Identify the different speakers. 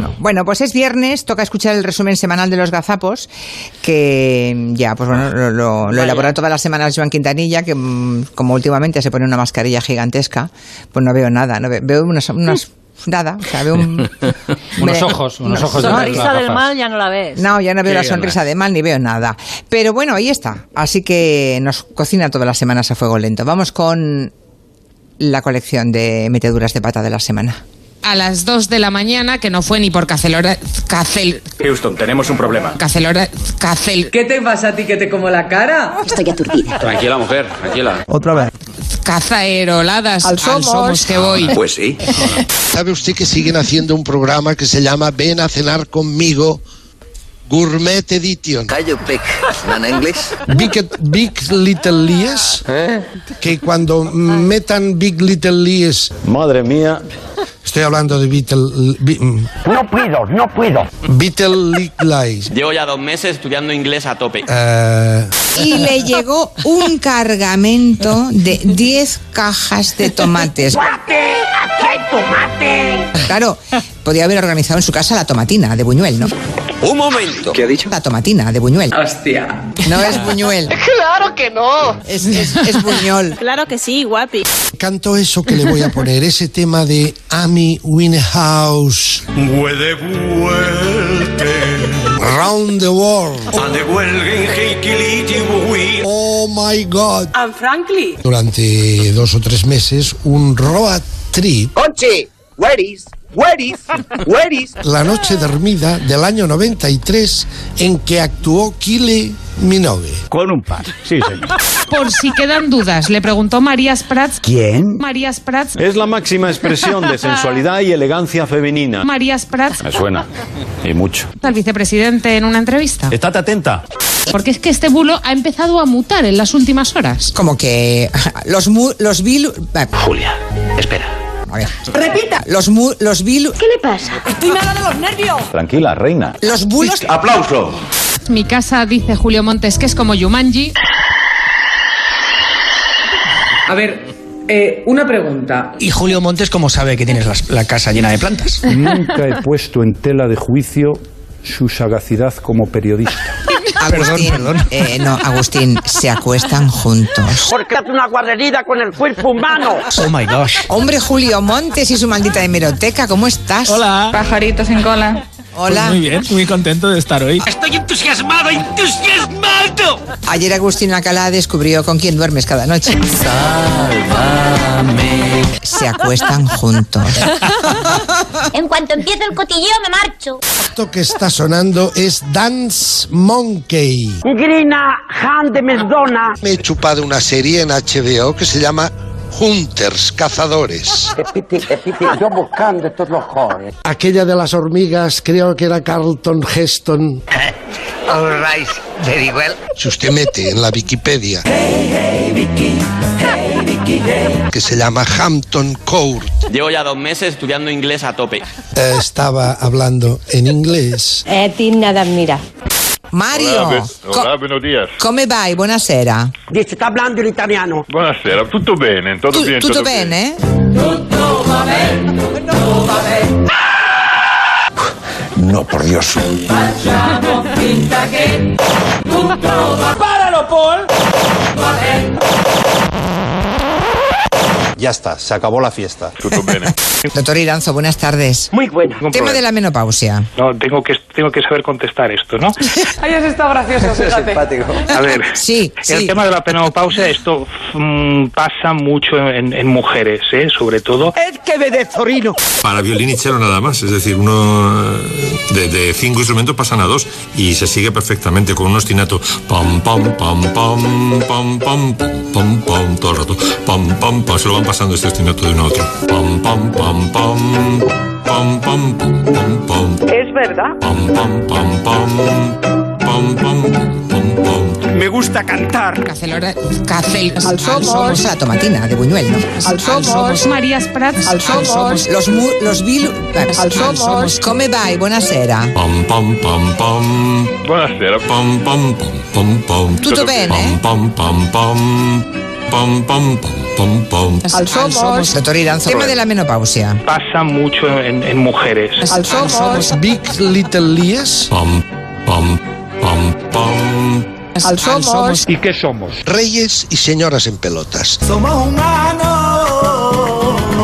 Speaker 1: no. Bueno, pues es viernes, toca escuchar el resumen semanal de los gazapos, que ya, pues bueno, lo, lo, lo elabora todas las semanas Joan Quintanilla, que mm, como últimamente se pone una mascarilla gigantesca, pues no veo nada, no ve- veo, unas... unas- Nada, o sea, veo un...
Speaker 2: Unos ojos, unos ojos de
Speaker 1: no,
Speaker 2: verdad.
Speaker 3: Sonrisa
Speaker 2: las
Speaker 3: del
Speaker 2: gafas.
Speaker 3: mal ya no la ves.
Speaker 1: no, ya no veo
Speaker 4: Qué
Speaker 1: la
Speaker 4: ganas.
Speaker 1: sonrisa de mal ni veo nada. Pero bueno, ahí está. Así que nos cocina todas las semanas a fuego lento. Vamos con la colección de meteduras de pata de la semana.
Speaker 5: a las 2 de la mañana, que no fue ni por Cacelora... Cacel...
Speaker 4: Houston, tenemos un problema.
Speaker 5: Cacelora... Cacel...
Speaker 6: ¿Qué te pasa a ti que te como la cara?
Speaker 7: Estoy aturdida.
Speaker 4: Tranquila, mujer, tranquila.
Speaker 8: Otra vez.
Speaker 5: Cazaeroladas.
Speaker 1: Al Somos.
Speaker 5: que voy.
Speaker 4: Pues sí.
Speaker 9: ¿Sabe usted que siguen haciendo un programa que se llama Ven a cenar conmigo? Gourmet Edition. Big, Big Little Lies.
Speaker 10: ¿Eh?
Speaker 9: Que cuando metan Big Little Lies.
Speaker 10: Madre mía.
Speaker 9: Estoy hablando de Beatle. mm.
Speaker 10: No puedo, no puedo.
Speaker 9: Beatle Lies.
Speaker 4: Llevo ya dos meses estudiando inglés a tope.
Speaker 9: Eh,
Speaker 1: Y le llegó un cargamento de 10 cajas de tomates. Claro, podía haber organizado en su casa la tomatina de Buñuel, ¿no?
Speaker 4: Un momento. ¿Qué ha dicho?
Speaker 1: La tomatina de Buñuel.
Speaker 6: Hostia.
Speaker 1: No es Buñuel,
Speaker 3: Claro que no.
Speaker 1: es, es, es Buñol.
Speaker 3: Claro que sí, guapi.
Speaker 9: canto eso que le voy a poner, ese tema de Amy Winehouse. Round the world. Oh my god.
Speaker 6: And frankly,
Speaker 9: durante dos o tres meses un road trip,
Speaker 10: Conchi, where is, where is, where is?
Speaker 9: la noche dormida del año 93 en que actuó Kile Minogue.
Speaker 10: Con un par, sí señor.
Speaker 5: Por si quedan dudas, le preguntó Marías Prats.
Speaker 10: ¿Quién?
Speaker 5: Marías Prats.
Speaker 10: Es la máxima expresión de sensualidad y elegancia femenina.
Speaker 5: Marías Prats
Speaker 10: Me suena, y mucho.
Speaker 5: al vicepresidente en una entrevista.
Speaker 10: Estate atenta.
Speaker 5: Porque es que este bulo ha empezado a mutar en las últimas horas.
Speaker 1: Como que los mu- los vil...
Speaker 10: Julia, espera.
Speaker 1: A ver. Repita. Los mu- los vil...
Speaker 7: ¿Qué le pasa?
Speaker 6: estoy me de los nervios.
Speaker 10: Tranquila, reina.
Speaker 1: Los bulos...
Speaker 10: Aplauso.
Speaker 5: Mi casa, dice Julio Montes, que es como Yumanji.
Speaker 6: A ver, eh, una pregunta.
Speaker 2: Y Julio Montes, ¿cómo sabe que tienes las- la, casa llena de plantas?
Speaker 11: Nunca he puesto en tela de juicio su sagacidad como periodista.
Speaker 4: Ah,
Speaker 1: Agustín, eh, no, Agustín, se acuestan juntos.
Speaker 10: Porque hace una guarrerida con el cuerpo humano.
Speaker 2: Oh my gosh.
Speaker 1: Hombre, Julio Montes y su maldita hemeroteca, ¿cómo estás?
Speaker 2: Hola.
Speaker 3: Pajarito sin cola.
Speaker 1: Hola.
Speaker 2: bien, muy contento de estar hoy.
Speaker 10: Estoy entusiasmado, entusiasmado.
Speaker 1: Ayer Agustín Alcalá descubrió con quién duermes cada noche. Se acuestan juntos.
Speaker 7: En cuanto empiece el cotilleo me marcho.
Speaker 9: Esto que está sonando es Dance Monkey.
Speaker 10: Grina, Han de Mesdona.
Speaker 9: Me he chupado una serie en HBO que se llama Hunters, Cazadores.
Speaker 10: yo buscando estos los jóvenes.
Speaker 9: Aquella de las hormigas, creo que era Carlton Heston.
Speaker 10: Eh, All right, very well.
Speaker 9: Si usted mete en la Wikipedia que se llama Hampton Court,
Speaker 4: Llevo ya dos meses estudiando inglés a tope.
Speaker 9: eh, estaba hablando en inglés.
Speaker 7: Eh, digna de admirar.
Speaker 1: Mario. co-
Speaker 11: buenos días.
Speaker 1: Come vai? Buonasera.
Speaker 10: Dice, está hablando en italiano.
Speaker 11: Buonasera, tutto bene, todo
Speaker 1: Tu-
Speaker 11: bien,
Speaker 1: tutto bene?
Speaker 10: No, por Dios.
Speaker 9: Ya está, se acabó la fiesta.
Speaker 11: Tutto bene.
Speaker 1: Doctor Iranzo, buenas tardes.
Speaker 10: Muy bueno.
Speaker 1: Tema de la menopausia.
Speaker 2: No, tengo que, tengo que saber contestar esto, ¿no?
Speaker 6: Hayas estado gracioso, fíjate.
Speaker 2: A ver.
Speaker 1: Sí,
Speaker 2: El
Speaker 1: sí.
Speaker 2: tema de la penopausia, esto mm, pasa mucho en, en mujeres, ¿eh? sobre todo.
Speaker 10: Es que me desorino.
Speaker 9: Para violín y cello nada más, es decir, uno eh, de, de cinco instrumentos pasan a dos y se sigue perfectamente con un ostinato pam pam pam pam pam pam pam pam pam todo el rato pam pam pam se lo van pasando este ostinato de uno a otro pam pam pam pam pam pam pam pam pam
Speaker 6: Es verdad.
Speaker 9: pam pam pam pam pam pam pam pam
Speaker 10: Me gusta cantar.
Speaker 5: Cacelora... Cacel...
Speaker 1: Al somos la tomatina de Buñuel, ¿no?
Speaker 5: Al somos. Marías Prats. Al somos.
Speaker 1: Los mu, los vil... Al somos. Come vai? Buonasera.
Speaker 9: pam pam pam pam
Speaker 11: Buonasera.
Speaker 9: pam pam pam pam pam
Speaker 1: Tutto bene?
Speaker 9: pam pam pam pam pam pam pam
Speaker 2: pom, pom.
Speaker 1: Al somos. Doctor Irán, tema de la menopausia.
Speaker 12: Pasa mucho en, en mujeres.
Speaker 1: Al somos.
Speaker 9: Big Little Lies.
Speaker 2: Pom, pom, pom, pom.
Speaker 9: Al somos.
Speaker 13: ¿Y qué somos?
Speaker 9: Reyes y señoras en pelotas.
Speaker 14: Somos humanos.